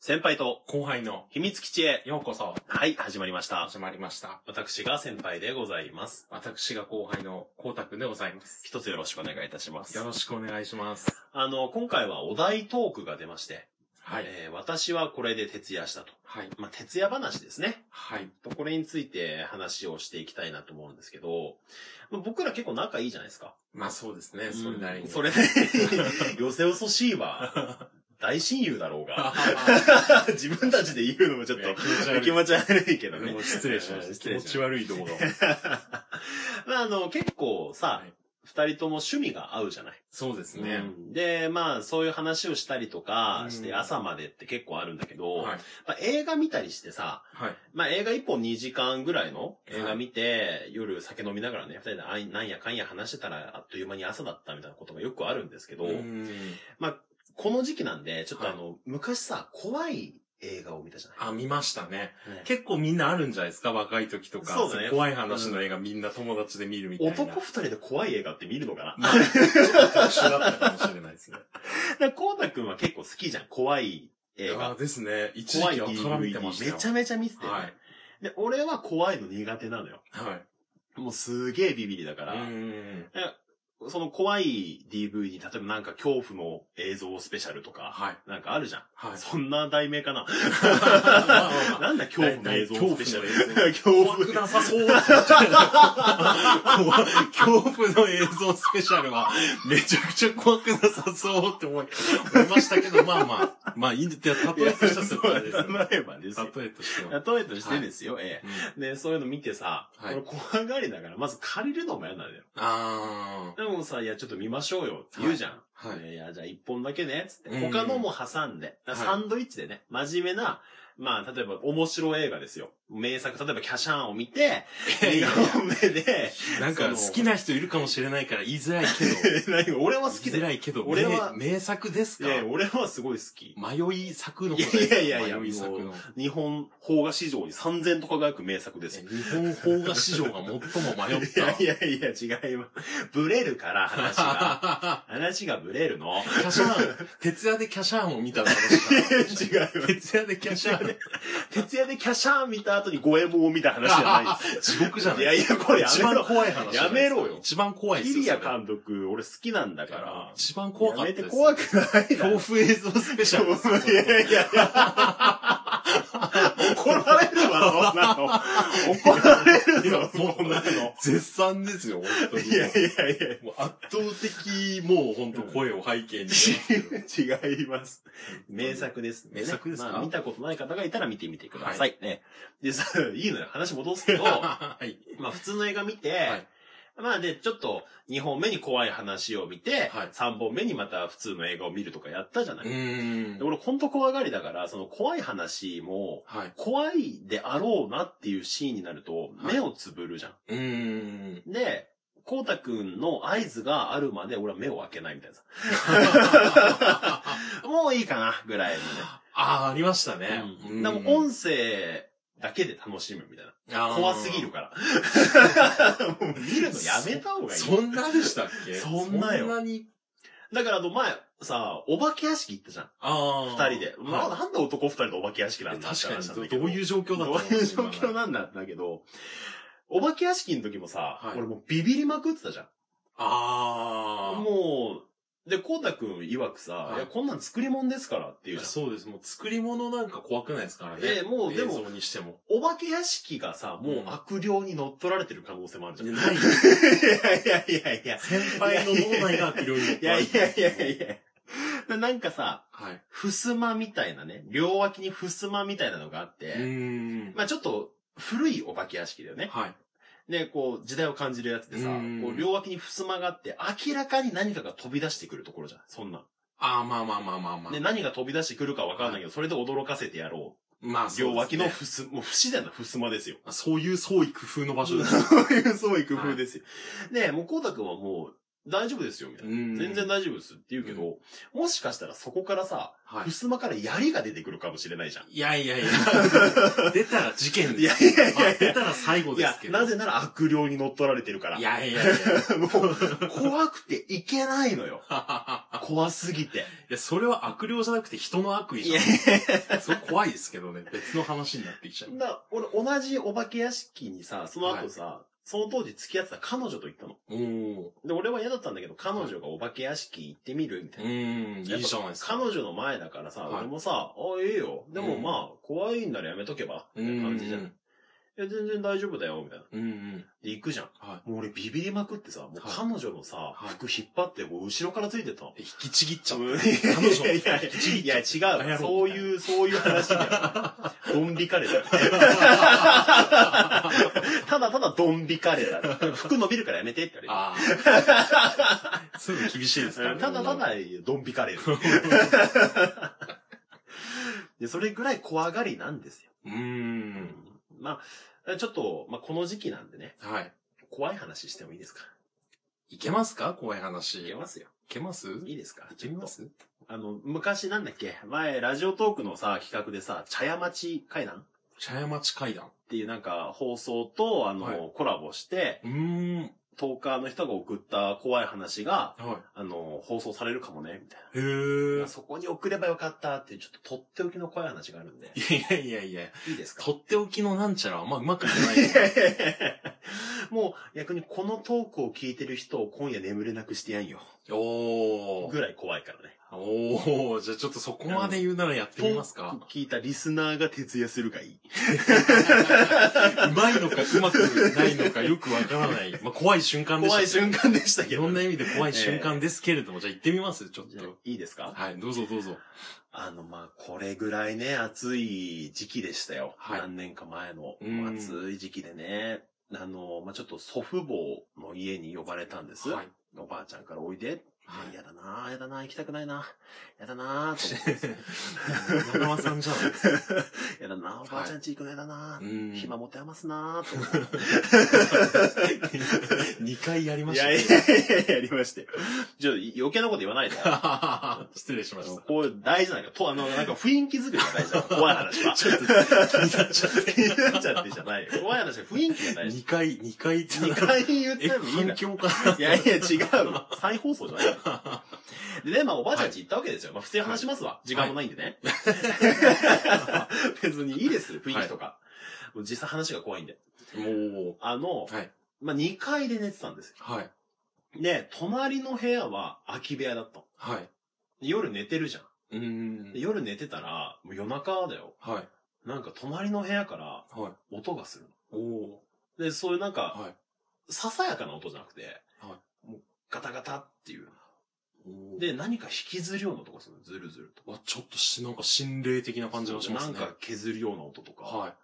先輩と後輩の秘密基地へ。ようこそはい、始まりました。始まりました。私が先輩でございます。私が後輩の光沢でございます。一つよろしくお願いいたしますよ。ろしくお願いします。あの、今回はお題トークが出まして、はい。えー私はこれで徹夜したと。はい。まあ、徹夜話ですね。はい。とこれについて話をしていきたいなと思うんですけど、まあ僕ら結構仲いいじゃないですか。まあそうですね、それなりうんに。そ れ よせよそしいわ。大親友だろう が。自分たちで言うのもちょっいやと気持ち悪い気持ち悪いけどね。もう失礼しました。 失礼しました悪いところ。 まあ、あの、結構さはい、二、人とも趣味が合うじゃない。そうですね。うんで、まあ、そういう話をしたりとかうんして、朝までって結構あるんだけど、はい。まあ、映画見たりしてさ、はい。まあ、映画一本2時間ぐらいの映画見て、夜酒飲みながらね、二人であいなんやかんや話してたら、あっという間に朝だったみたいなことがよくあるんですけど、うんこの時期なんで、ちょっとあの、昔さ、怖い映画を見たじゃないあ、見ましたね。ね結構みんなあるんじゃないですか若い時とか。そうだね怖い話の映画みんな友達で見るみたいな。男二人で怖い映画って見るのかなまあ、ちょっと特殊だったかもしれないですね。だから、こうたくんは結構好きじゃん。怖い 映あ画ー。ですね。一怖時い期は絡めて DVD。ましたよ。めちゃめちゃ見てて、はい。で、俺は怖いの苦手なのよ。はい。もうすげえビビリだから、うん。その怖い DVD、例えばなんか恐怖の映像スペシャルとか、はい。なんかあるじゃん。はい。そんな題名かな。 なんだ恐怖の映像スペシャル。恐怖怖く。なさそう。怖恐怖の映像スペシャルは、めちゃくちゃ怖くなさそうって思い思いましたけど、まあまあ、まあい いんで、例えとして はそうですよね。例えばですよ。例えとしては。例えとしてですよ、えうんえ。で、そういうの見てさ、はい俺怖がりだから、まず借りるのも嫌なんだよ。あでもさ、いや、ちょっと見ましょうよって言うじゃん。ー。はいい、。や、じゃあ一本だけね、つって。うん他のも挟んで、はいサンドイッチでね、真面目な、まあ、例えば面白い映画ですよ。名作、例えばキャシャンを見て、い2や本目で、 なんか好きな人いるかもしれないから言いづらいけど。何が俺は好きだ言いづよ。らいけど、俺は名名作ですいかやいや、俺はすごい好き。迷い作のこといやいやいや迷い作の。日本邦画史上に3000と輝く名作ですよ。日本邦画史上が最も迷っいた。やいやいや、違います。ブレるから、話が。 話がブレるの。キャシャーン、徹夜でキャシャーンを見たの話違いますだ。徹夜でキャシャーン。徹夜でキャシャーン見た後に五右衛門を見た話じゃない です。地獄じゃないいやいや、これや一め番ろ。怖い話じゃないですかやめろよ一番怖いですキよ。リアそれ監督、俺好きなんだから。一番怖かったやめでてす。怖くないだろ 恐怖映像スペシャルですいよ。やいやいや。怒られるわ、そんなの。怒られるぞ、そんなの。絶賛ですよ、本当に。いやいやいもう圧倒的、もう本当声を背景に。や。違います。名作です、ね。名作ですかまあ見たことない方がいたら見てみてください。はね。で、さ、いいのよ。話戻すけど、まはい。あ普通の映画見て、はいまあで、ちょっと2本目に怖い話を見て、はい3本目にまた普通の映画を見るとかやったじゃなうい。ーでん。俺ほんと怖がりだから、その怖い話も、はい。怖いであろうなっていうシーンになると、はい目をつぶるじゃん。うー ん。で、こうたくんの合図があるまで俺は目を開けないみたいなさ。もういいかなぐらいああ、ありましたのねね。。うんでも音声だけで楽しむみたいな。怖すぎるか から。もう見るのやめた方がいい。そんなでしたっ けそんなよそんなに。だからあの前、さ、お化け屋敷行ったじゃん。ああ。二人で。まあはいなんで男二人でお化け屋敷なんだって確話なんかだに、けどど。ういう状況だったどういう状況なんだだけど、お化け屋敷の時もさ、はい俺もうビビりまくってたじゃん。ああ。もう、で、こうたくん曰くさ、はいい、や、こんなん作り物ですからっていうじゃん。そうです。もう作り物なんか怖くないですからね。ええもうでも映像にし ても。お化け屋敷がさ、もううん悪霊に乗っ取られてる可能性もあるじゃん。い ない。やいやいやいや。先輩の脳内が悪霊に乗っい取らやれいてるやいやいや。でなんかさ、はい。襖みたいなね、両脇に襖みたいなのがあっうて、ーん。まあちょっと古いお化け屋敷だよね。はい。で、こう、時代を感じるやつでさ、うんこう、両脇に襖があって、明らかに何かが飛び出してくるところじゃん。そんな。ああ、まあまあまあまあまあで、。何が飛び出してくるかわかんないけど、それで驚かせてやろまあ、う。そうですね両脇のふす、もう不自然な襖ですよ。そういう創意工夫の場そ所うです。いう、 そういう工夫ですよ。で、もう、こうたくんはもう、大丈夫ですよ、みたいな。 全全然。大丈夫ですって言うけど、もしかしたらそこからさ、はい。襖から槍が出てくるかもしれないじゃん。いやいやいや。出たら事件 いでやす。いやいまあやい出や。たら最後いでやすけ、ど。なぜなら悪霊に乗っ取られてるから。いやいやいや。 もう、怖くていけないのよ。怖すぎて。や、それは悪霊じゃなくて人の悪意いじやゃん。それ怖いですけどね。別の話になってきちゃう。だ俺、同じお化け屋敷にさ、その後さ、その当時付き合ってた彼女と行ったの。おー。で、俺は嫌だったんだけど、彼女がお化け屋敷行ってみるみたういな。ーん、いいじゃないですか。彼女の前だからさ、はい俺もさ、あ、ええよ。でもうんまあ、怖いんならやめとけば、みたいな感じじゃん。いや、全然大丈夫だよ、みたいな。うんうん。で、行くじゃん。はもう俺ビビりまくってさ、もう彼女のさ、はい服引っ張って、もう後ろからついてったの。い。引きちぎっちゃう。彼女いや、いやあ違やう。ろうそういう、そういう話だよ。 ドン引かれた。ただただドン引かれた。服伸びるからやめてって言わあ あ。そういうの厳しいですかれらる。ね。ただただドン引かれる。で、それぐらい怖がりなんですよ。うーん。まあ、ちょっと、まあ、この時期なんでね、はい。怖い話してもいいですかいけますか怖い話。いけいますよ。けますいいですかいけますあの、昔なんだっけ前、ラジオトークのさ、企画でさ、茶屋町会談っ茶屋町階段。ていうなんか、放送と、あの、はいコラボして、うーん。トーカーの人が送った怖い話が、はあの、放送されるかもね、みたいい。へな。えそこに送ればよかったっていう、ちょっととっておきの怖い話があるんで。いやいやいやいや、いいですかとっておきのなんちゃらはまあうまくない。 もう、逆にこのトークを聞いてる人を今夜眠れなくしてやんよ。おー。ぐらい怖いからね。おー。じゃあちょっとそこまで言うならやってみますか。聞いたリスナーが徹夜するがいい。うまいのかうまくないのかよくわか らない。まあ怖い瞬間でし た怖い瞬間でしたいけどろね、んな意味で怖い瞬間ですけれども、じゃあ行ってみますちょっじゃあと。いいですかはい、どうぞどうぞ。あの、まあ、これぐらいね、暑い時期でしたよ。はい何年か前のうん暑い時期でね。あの、まあ、ちょっと祖父母の家に呼ばれたんです。はい。おばあちゃんからおいで。はい嫌だな嫌だな行きたくないな嫌だな と思って。中川さんじゃないですか。嫌だなおばあちゃんち行くの嫌だなうん暇持て余すなと思って 2回やりまいしたやね。いやいや、やりましたよ。ちょっと余計なこと言わないで。 失礼しました。こういう大事なんだと、あの、なんか雰囲気作りが大事だ怖い話は。ちょっと気になっちゃって。気になっちゃってじゃないよ。怖い話は雰囲気が大事。 2回、2回って二回言ってえ、もいいな環。境かいやいや、違う。再放送じゃないよ。でね、まあ、おばあちゃんち行ったわけですよ。まあ、普通に話しますわ。時間もないんでね。別にいいです、雰囲気とか。もう実際話が怖いんで。な もあのう、、はい。まあ、2階で寝てたんですよ。はい。で、隣の部屋は空き部屋だったの。はい。で夜寝てるじゃん。うーでん。夜寝てたら、もう夜中だよ。はい。なんか隣の部屋からはい。音がするおおの。で、そういうなんー。か、はい。ささやかな音じゃなくて、はもうガタガタっていう。おーで、、何か引きずるような音がするの。ずるずると。わ、ちょっとし、なんか心霊的な感じがしますね。なんか削るような音とか。は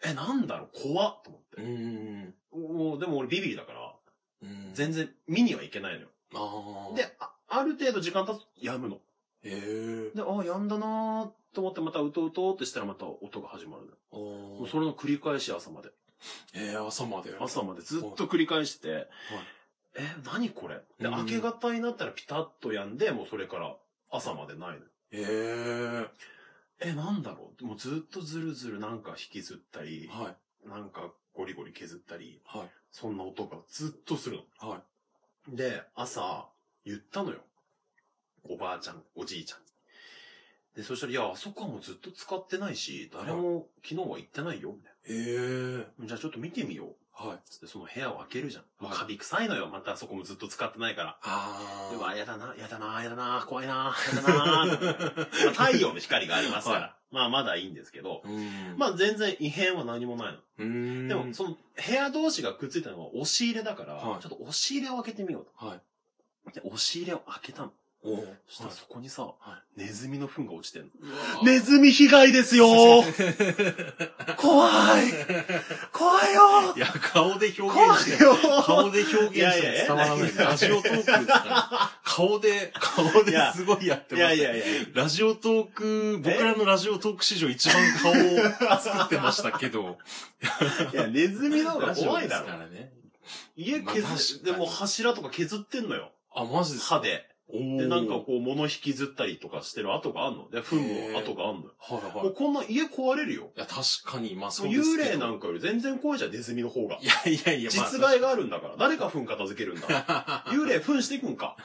え、なんだろう怖っと思っい。うて。ーん。もう、でも俺ビビリだから、うーん全然見にはいけないのよ。ああ。、で、あある程度時間経つとやむの。ええ。で、あ、やんだなーと思ってまたうとうとうってしたらまた音が始まるのよ。おもおう。それの繰り返し朝まで。ええ、朝まで。朝までずっと繰り返して、え、何これで、うん明け方になったらピタッとやんで、もうそれから朝までないのよ。ええ。え、なんだろうもうずっとずるずるなんか引きずったり、はい。なんかゴリゴリ削ったり、はい。そんな音がずっとするはの。で、朝、言ったのよ。おばあちゃん、おじいちゃんに。で、そしたら、いや、あそこはもうずっと使ってないし、誰も昨日は行ってないよ、みたいい。ええ。な。じゃあちょっと見てみよう。はい。つってその部屋を開けるじゃん。もうはいカビ臭いのよ、またあそこもずっと使ってないから。ああ。でも、あやだな、やだな、やだな、怖いな、やだな、 まあ、太陽の光がありますから、はまあまだいいんですけど、うん。まあ、あ全然異変は何もないの。うーん。でも、その部屋同士がくっついたのは押し入れだから、はいちょっと押し入れを開けてみようはい。と。で、押し入れを開けたの。おお。そしたらそこにさ、はネズミの糞が落ちてんの。うわーネズミ被害 ですよー怖い怖いよいや、顔で表ー怖現しいて、よ顔で表現しても伝わらいやいやいやない。ラジオトークですから。顔で、顔いでやすごいやってーいます。やいやいや。ラジオトーク、僕らのラジオトーク史上一番顔を作ってましたけど。いや、ネズミの方がラジオ怖いですだかろ。らね。家まあ確削っ、かでにも柱とか削ってんのよ。あ、マジですか歯で。おで、なんかはこう、物引きずったりとかしてる跡があんの。で、糞の跡があんのよ。いはい。もうこんな家壊れるよ。いや、確かに、まあそうです幽けど。霊なんかより全然怖いじゃん、ネズミの方がい。やいやいや、まあ実 害があるんだから。誰が糞片付けるんだ幽霊糞していくん か。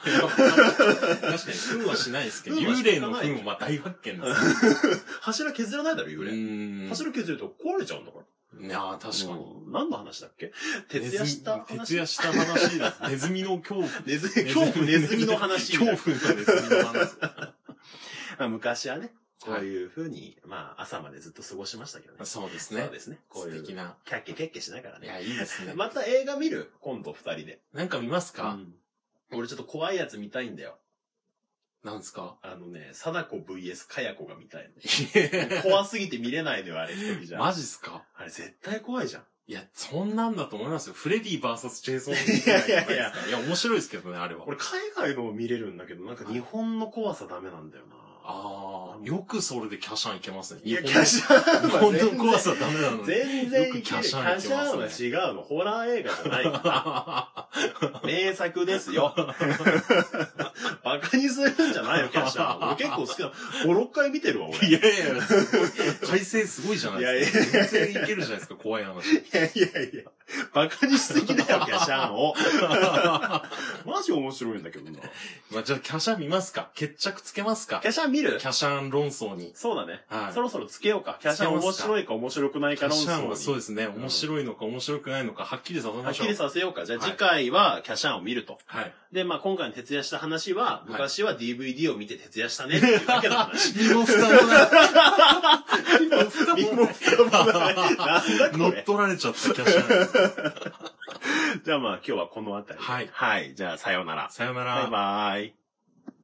確かに、糞はしないですけど、糞はし幽ない霊の糞はまあ大発見ですね。柱削らないだろ、う幽霊。ーん。柱削ると壊れちゃうんだから。いやー確かに。うん何の話だっけ徹夜したネズ話。ミ徹夜した話だ。 ネズミの恐怖。ネズミ、 恐怖ネズミの話 みたいな。恐怖とネズミの話。まあ昔はね、こはういいう風に、まあ朝までずっと過ごしましたけどね。そうですそねう。ですね。こう素いう、敵キャな。ッケキャッケしながらいね。や、いいですね。また映画見る今度二人で。なんか見ますうかん俺ちょっと怖いやつ見たいんだよ。なんですかあのね、貞子 VS かや子が見たいいの。や怖すぎて見れないのよ、あれ一人じゃ。 マジっすかあれ絶対怖いじゃん。いや、そんなんだと思いますよ。フレディバーサスジェイソンみ いたやいいなややついやですかいや、面白いですけどね、あれは。俺海外の見れるんだけど、なんか日本の怖さダメなんだよな。ああ、よくそれでキャシャンいけますね。いや、日キ本のャシャン日は本全の然怖さダメなのに。全然いける。よくキキャャシシャャンン行きますねは違うの。ホラー映画じゃないかあら。名作です よ。バカにするんじゃないよ、キャシャン。俺結構好きな。5、6回見てるわ、俺。 いやいやいや、すごい改正すごいじゃないですいやいか。や全然いけるじゃないですか、怖い話。 いやいやいや、バカにしすぎだよ、キャシャン を。マジ面白いんだけどな。まあ、じゃあ、キャシャン見ますか決着つけますかキャシャン見るキャシャン論争に。そうだね。はいそろそろつけようか。キャシャン面白いか面白くないキかャ論シャンは争そうに。ですね、面白いのか面白くないのか、はっきりさせはまっしょきうり。させようか。じゃあはい次回はキャシャンを見ると。はい。で、まあ今回の徹夜した話は、い昔は DVD を見て徹夜したねっていうだけの話。身も蓋もない。身も 蓋身ももない。蓋もないなんだ乗こっれ。取られちゃったキャシャン。じゃあまあ今日はこのあたりで。はいはい。じゃあさようなら。さよなら。バイバイ。